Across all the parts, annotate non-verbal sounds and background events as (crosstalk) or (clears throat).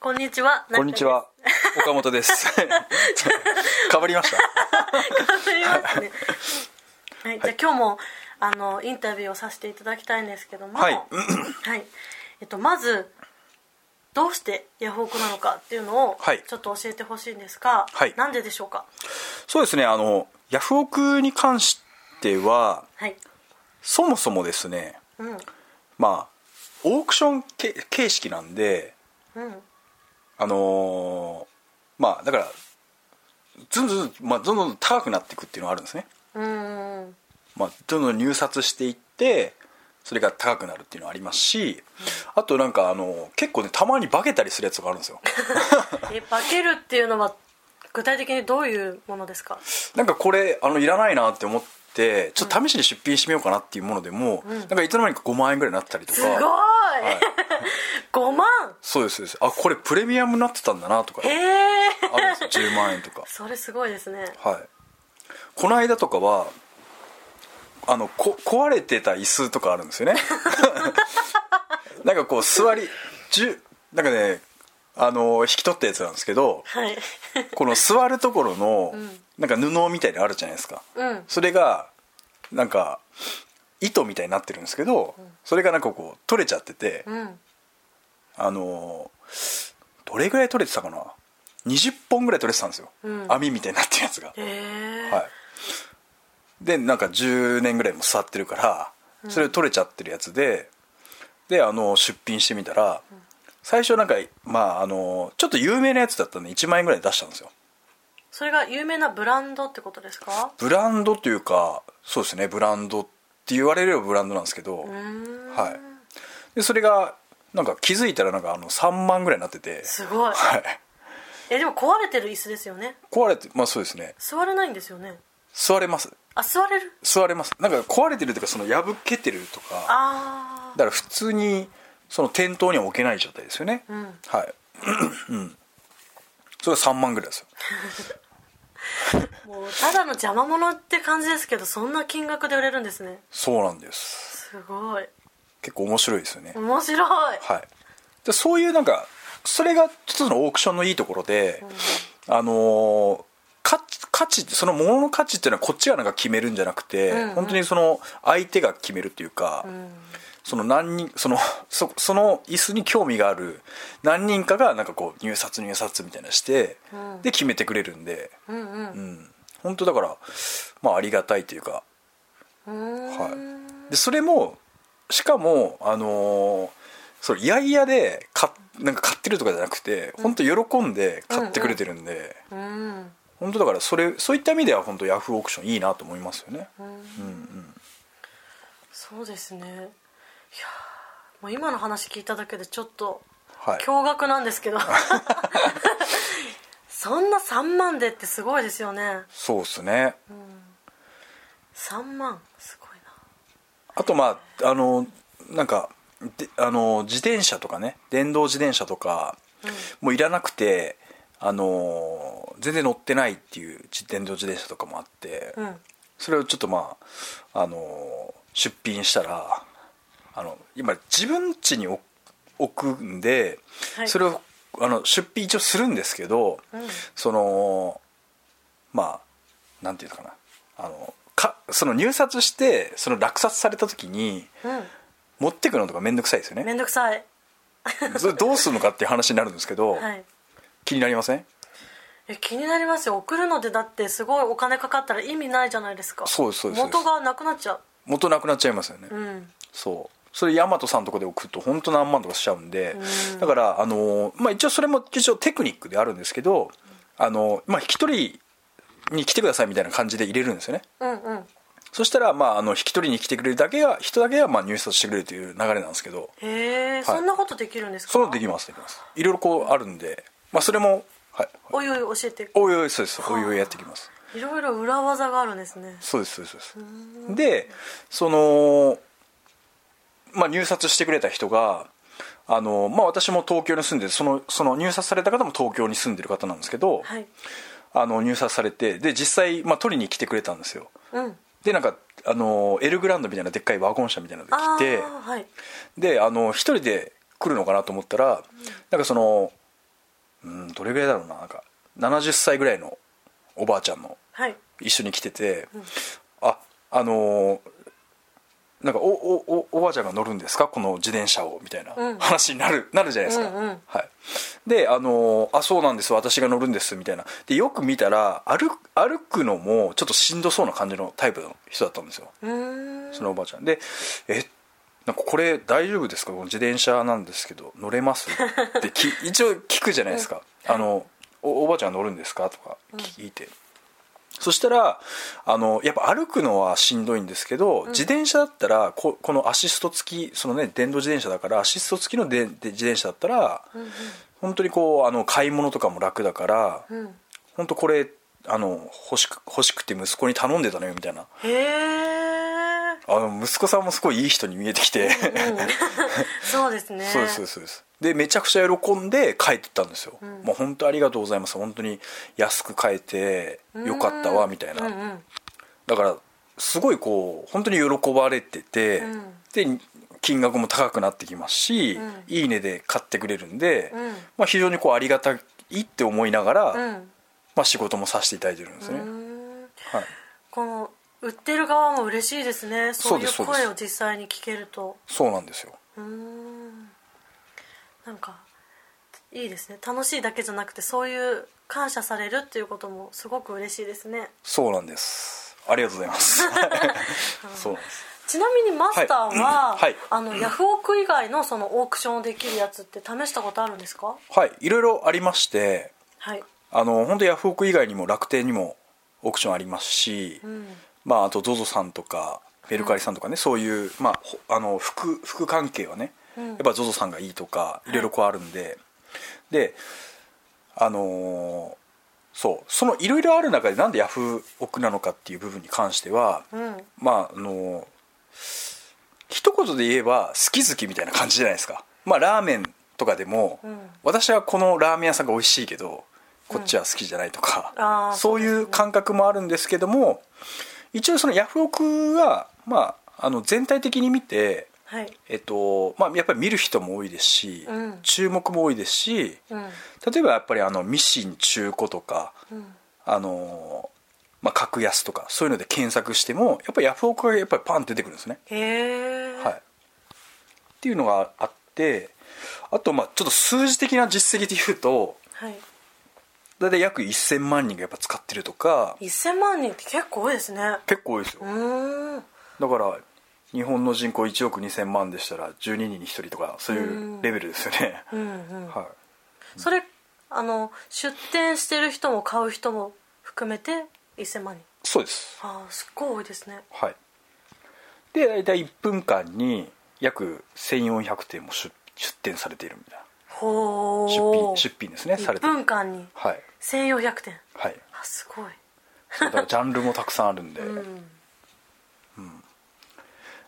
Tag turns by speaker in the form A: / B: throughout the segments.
A: こんにちは。
B: こんにちは。岡本です。 (laughs) かぶりました。
A: 中です。変わり
B: (laughs)
A: ますね。はい、じゃあ今日もあのインタビューをさせていただきたいんですけども、
B: はい
A: (clears throat) はいえっとまずどうしてヤフオクなのかっていうのを
B: はい
A: ちょっと教えてほしいんですが、
B: はい
A: なんででしょうか。
B: そうですね、あの、ヤフオクに関しては、
A: はい。
B: そもそもですね、
A: うんうん
B: まあ、オークションけ形式なんで、あのーまあ、だから、ずんずん、まあ、どんどん高くなっていくっていうのはあるんですね。
A: うんうん
B: まあ、どんどん入札していってそれが高くなるっていうのはありますし、あとなんかあの結構ねたまに化けたりするやつがあるんですよ
A: え化けるっていうのは具体的にどういうものですか。
B: なんかこれあのいらないなって思ってちょっと試しに出品してみようかなっていうものでも、なんかいつの間にか5万円ぐらいになったりとか
A: すご (laughs) い。
B: はい
A: 五、万。
B: そうですそうですあこれプレミアムになってたんだなとか
A: へ
B: あ
A: え。
B: るんですよ10万円とか
A: それすごいですね。
B: はいこの間とかはあのこ壊れてた椅子とかあるんですよ
A: (laughs)
B: ねなんかこう座りじゅなんかねあの引き取ったやつなんですけど
A: はい。
B: この座るところの、
A: ん
B: なんか布みたいなのあるじゃないですか、
A: うん
B: それがなんか糸みたいになってるんですけど、それがなんかこう取れちゃってて、
A: うん。
B: あのどれぐらい取れてたかな20本ぐらい取れてたんですよ、
A: うん
B: 網みたいになってるやつが
A: へえ。
B: はい、でなんか10年ぐらいも座ってるからそれを取れちゃってるやつで、であの出品してみたら、最初なんかまああのちょっと有名なやつだったんで1万円ぐらい出したんですよ
A: それが有名なブランドってことですか
B: ブランドというかそうですねブランドって言われればブランドなんですけど、
A: うーん
B: はいでそれがなんか気づいたらなんかあの3万ぐらいになってて
A: すごい
B: はい
A: えでも壊れてる椅子ですよね
B: 壊れてまあそうですね
A: 座れないんですよね
B: 座れます
A: あ座れる
B: 座れますなんか壊れてるというかその破けてるとか
A: あ
B: だから普通にその店頭には置けない状態ですよね、
A: ん
B: はい、うんそれが3万ぐらいですよ
A: あもうただの邪魔者って感じですけどそんな金額で売れるんですね
B: そうなんです
A: すごい
B: 結構面白いですよね、
A: 面白い
B: はいでそういうなんかそれが一つのオークションのいいところで、あのー価値価値ってそのものの価値っていうのはこっちがなんか決めるんじゃなくて、
A: うんうん
B: 本当にその相手が決めるっていうか、
A: うん
B: その何人その (laughs) そその椅子に興味がある何人かがなんかこう入札入札みたいなして、
A: うん
B: で決めてくれるんで、
A: うんう
B: うんん、本当だから、まあ、ありがたいというか
A: うーん
B: はでそれもしかもあのーそれいやいやで買っなんか買ってるとかじゃなくて本当喜んで買ってくれてるんで、
A: うん
B: 本当だからそれそういった意味では本当ヤフーオークションいいなと思いますよね、うんうん
A: そうですねいやーもう今の話聞いただけでちょっと
B: はい、
A: 驚愕なんですけど (laughs) そんな3万でってすごいですよね
B: そうですね
A: 3万すごいな
B: あとまああのなんかであの自転車とかね電動自転車とか、もういらなくてあの全然乗ってないっていう自電動自転車とかもあって、
A: うん
B: それをちょっとまああの出品したらあの今自分家に置置くんで、
A: はい
B: それをあの出品一応するんですけど、
A: うん
B: そのまあなんていうのかなあのかその入札してその落札された時に
A: う
B: 持ってくのとか面倒くさいですよ
A: んめ
B: ね
A: んどくさい
B: それどうするのかっていう話になるんですけど、
A: はい
B: 気になりません
A: え気になりますよ送るのでだってすごいお金かかったら意味ないじゃないですか
B: そうですそうですそうです
A: 元がなくなっちゃ
B: 元なくなっちゃいますよね、
A: ううん
B: そうそれ大和さんとこで送ると本当何万とかしちゃうんで、だからあの、まあ、一応それも一応テクニックであるんですけどあの、まあ、引き取りに来てくださいみたいな感じで入れるんですよね
A: うんうん
B: そしたら、まあ、あの引き取りに来てくれるだけが人だけがまあ入札してくれるという流れなんですけど
A: へえ、そんなことできるんですか
B: そうできますできますいろいろこうあるんで、まあ、それも、はい、
A: おいおい教えて
B: おいおいそうですおいおいやってきます
A: いろいろ裏技があるんですね
B: そうですそうですそうですでその、まあ、入札してくれた人があの、まあ、私も東京に住んでそのその入札された方も東京に住んでる方なんですけど、
A: はい
B: あの入札されてで実際、まあ、取りに来てくれたんですよ
A: うん
B: でなんかあのエルグランドみたいなでっかいワゴン車みたいなので
A: あ
B: 来て
A: あはい
B: であの一人で来るのかなと思ったら、なんかそのうんどれぐらいだろうななんか70歳ぐらいのおばあちゃんの
A: はい
B: 一緒に来てて、ああのーなんかおおおおばあちゃんが乗るんですかこの自転車をみたいな
A: うん
B: 話になる,、なるじゃないですか、
A: うんうん
B: はい、で、あのーあそうなんです私が乗るんです」みたいなでよく見たら歩く歩くのもちょっとしんどそうな感じのタイプの人だったんですよ
A: うーん
B: そのおばあちゃんで「えなんかこれ大丈夫ですかこの自転車なんですけど乗れます?」ってき (laughs) 一応聞くじゃないですか「あのおおばあちゃん乗るんですか?」とか聞いて、そしたらあのやっぱ歩くのはしんどいんですけど、自転車だったらここのアシスト付きそのね電動自転車だからアシスト付きのでで自転車だったら、本当にこうあの買い物とかも楽だから、
A: うん
B: 本当これあの欲しく欲しくて息子に頼んでたのよみたいな
A: へえ
B: あの息子さんもすごいいい人に見えてきて、
A: そうですね
B: (laughs) そうですそうですそうですでめちゃくちゃ喜んで帰ってったんですよ、もう本当ありがとうございます本当に安く買えてよかったわみたいな、
A: うんうん
B: だからすごいこう本当に喜ばれてて、
A: うん
B: で金額も高くなってきますし、
A: ん
B: いいねで買ってくれるんで、
A: うん
B: まあ、非常にこうありがたいって思いながら、
A: うん
B: まあ、仕事もさせていただいてるんですね、
A: うーん
B: はい、
A: この売ってる側も嬉しいですね
B: そ
A: そうう
B: で
A: い
B: す
A: う
B: そうです
A: 声を実際に聞けると
B: そうなんですよ
A: うーんなんかいいですね楽しいだけじゃなくてそういう感謝されるっていうこともすごく嬉しいですね
B: そうなんですありがとうございます
A: (laughs)
B: そうなんです
A: ちなみにマスターは、
B: はいはい
A: あのヤフオク以外のそのオークションできるやつって試したことあるんですか
B: はいいろいろありまして
A: はい、
B: あの本当ヤフオク以外にも楽天にもオークションありますし、
A: うん、
B: まあ、あと ZOZO さんとかメルカリさんとかね、そういう、まあ、ほあの服服関係はね、
A: うん
B: やっぱ ZOZO さんがいいとかいろいろこうあるんで、であのーそうそのいろいろある中でなんでヤフオクなのかっていう部分に関しては、
A: うん
B: まああのー一言で言えば好き好きみたいな感じじゃないですか、まあ、ラーメンとかでも、
A: うん
B: 私はこのラーメン屋さんが美味しいけどこっちは好きじゃないとか、
A: うんあー
B: そういう感覚もあるんですけども一応そのヤフオクは、まあ、あの全体的に見て、
A: はい
B: えっとまあ、やっぱり見る人も多いですし、
A: うん
B: 注目も多いですし
A: うん
B: 例えばやっぱりあのミシン中古とか、
A: うん
B: あのまあ、格安とかそういうので検索してもやっぱりヤフオクがやっぱりパンって出てくるんですね。
A: へえ、
B: はい、っていうのがあってあとまあちょっと数字的な実績で言うと
A: はい、
B: 大体約1000万人がやっぱ使ってるとか
A: 1000万人って結構多いですね
B: 結構多いですよ
A: うーん
B: だから日本の人口1億2000万でしたら12人に1人とかそういうレベルですよね、 (laughs)
A: うんうん
B: は
A: それあの出店してる人も買う人も含めて1000万人
B: い、そうです
A: ああすっごい多いですね
B: はいで大体1分間に約1400点も出出店されているみたいな
A: ほ
B: 出
A: う
B: 品出品ですねされ
A: 1
B: てる
A: 分間に
B: はい
A: 1400点
B: はい
A: あすごい
B: そうだからジャンルもたくさんあるんで、
A: (laughs) うん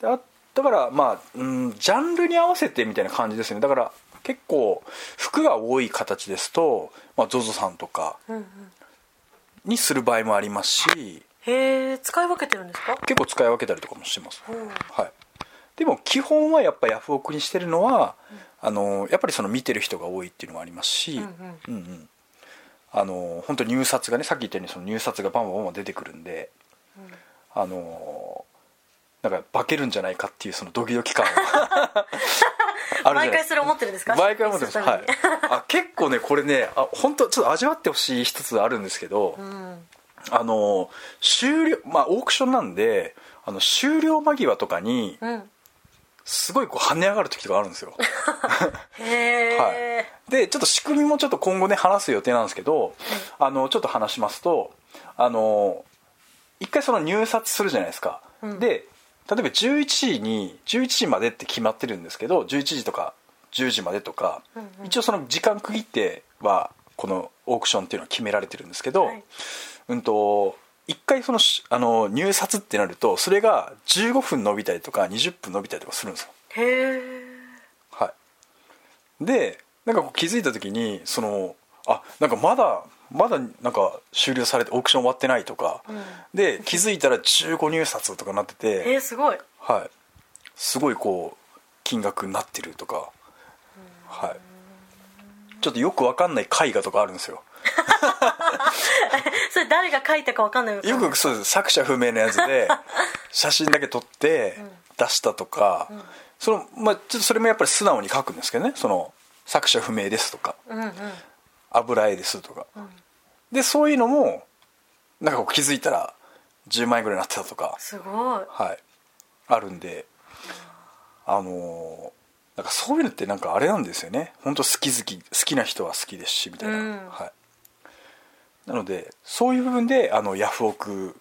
B: であだからまあ、うん、ジャンルに合わせてみたいな感じですねだから結構服が多い形ですと、まあ、ZOZO さんとか
A: うんうん
B: にする場合もありますし
A: へえ使い分けてるんですか
B: 結構使い分けたりとかもしてます、
A: ほう
B: はい、でも基本はやっぱヤフオクにしてるのは、あのやっぱりその見てる人が多いっていうのもありますし、
A: うん
B: うんうんあの本当入札がねさっき言ったようにその入札がバンバンバンバン出てくるんで、あのなんか化けるんじゃないかっていうそのドキドキ感
A: (laughs)
B: はあるじゃない
A: 毎
B: で
A: 回
B: すか
A: それ思ってるんですか
B: 毎回思ってます、
A: 出
B: は
A: 品
B: い
A: する、
B: あ結構ねこれねあ本当ちょっと味わってほしい一つあるんですけど、
A: ためにうん
B: あの終了まあオークションなんであの終了間際とかに
A: うん
B: すごいこう跳ね上がる時とかあるんですよ
A: へえ、
B: はいでちょっと仕組みもちょっと今後ね話す予定なんですけどあのちょっと話しますとあの一回その入札するじゃないですか、
A: うん
B: で例えば11時に11時までって決まってるんですけど11時とか10時までとか、
A: うんうん
B: 一応その時間区切ってはこのオークションっていうのは決められてるんですけど、
A: はい
B: うんと一回そのしあの入札ってなるとそれが15分伸びたりとか20分伸びたりとかするんですよ
A: へえ
B: はいでなんかこう気づいた時にそのあなんかまだまだなんか終了されてオークション終わってないとか、
A: ん
B: で気づいたら15入札とかなって
A: え
B: て、
A: ー、すごい
B: はい、すごいこう金額になってるとか、はい、ちょっとよくわかんない絵画とかあるんですよ
A: それ誰が書いたか分かんない
B: よくそうです作者不明なやつ
A: (laughs)
B: で写真だけ撮って出したとか、そのまあ、ちょっとそれもやっぱり素直に書くんですけどねその作者不明ですとか
A: うんうん
B: 油絵ですとか、でそういうのもなんかこう気づいたら10万円ぐらいになってたとか
A: すごい
B: はいあるんであのーなんかそういうのってなんかあれなんですよね本当好き好き好きな人は好きですしみたいな、
A: うん
B: はい、なのでそういう部分であのヤフオク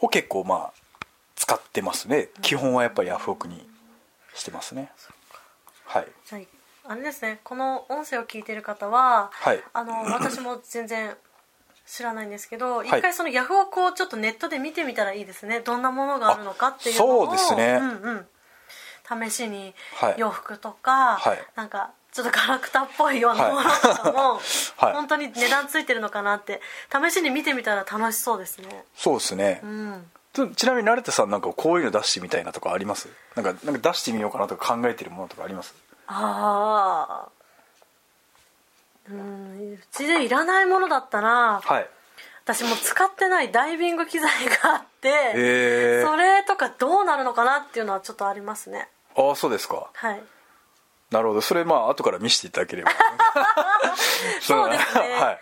B: を結構まあ使ってますね基本はやっぱりヤフオクにしてますね、はい
A: じゃああれですねこの音声を聞いてる方は、
B: はい
A: あ
B: (clears throat)
A: の私も全然知らないんですけど、
B: い
A: 一回そのヤフオクをちょっとネットで見てみたらいいですねどんなものがあるのかっていうのを
B: あそうですね
A: うんうん、試しに
B: はい
A: 洋服とか、
B: はい
A: なんかちょっとガラクタっぽいようなものとかも、
B: はい
A: 本当に値段ついてるのかなって試しに見てみたら楽しそうですね。
B: そうですね、
A: うん
B: ちょちなみに成田さんなんかこういうの出してみたいなとかありますなんかなんか出してみようかなとか考えてるものとかあります
A: ああうんうちでいらないものだったら
B: はい
A: 私もう使ってないダイビング機材があって、
B: え
A: それとかどうなるのかなっていうのはちょっとありますね
B: ー、ああそうですか
A: はい
B: なるほどそれまあ後から見せていただけれ
A: (laughs)
B: ば
A: そうですね
B: (laughs) はい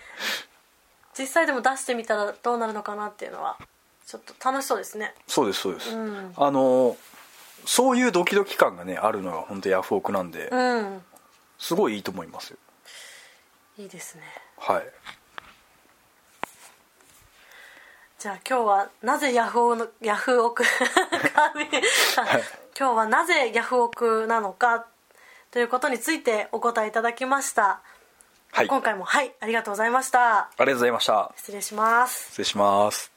A: 実際でも出してみたらどうなるのかなっていうのはちょっと楽しそうですね
B: そうですそうです、
A: うん
B: あのーそういうドキドキ感がねあるのが本当ヤフオクなんで、
A: うん
B: すごいいいと思いますよ
A: いいですね
B: はい
A: じゃあ今日はなぜヤフオのヤフオク今日はなぜヤフオクなのかということについてお答えいただきました
B: はいあり
A: 今
B: が
A: 回もはいありがとうございました
B: とうございました
A: 失礼します
B: 失礼します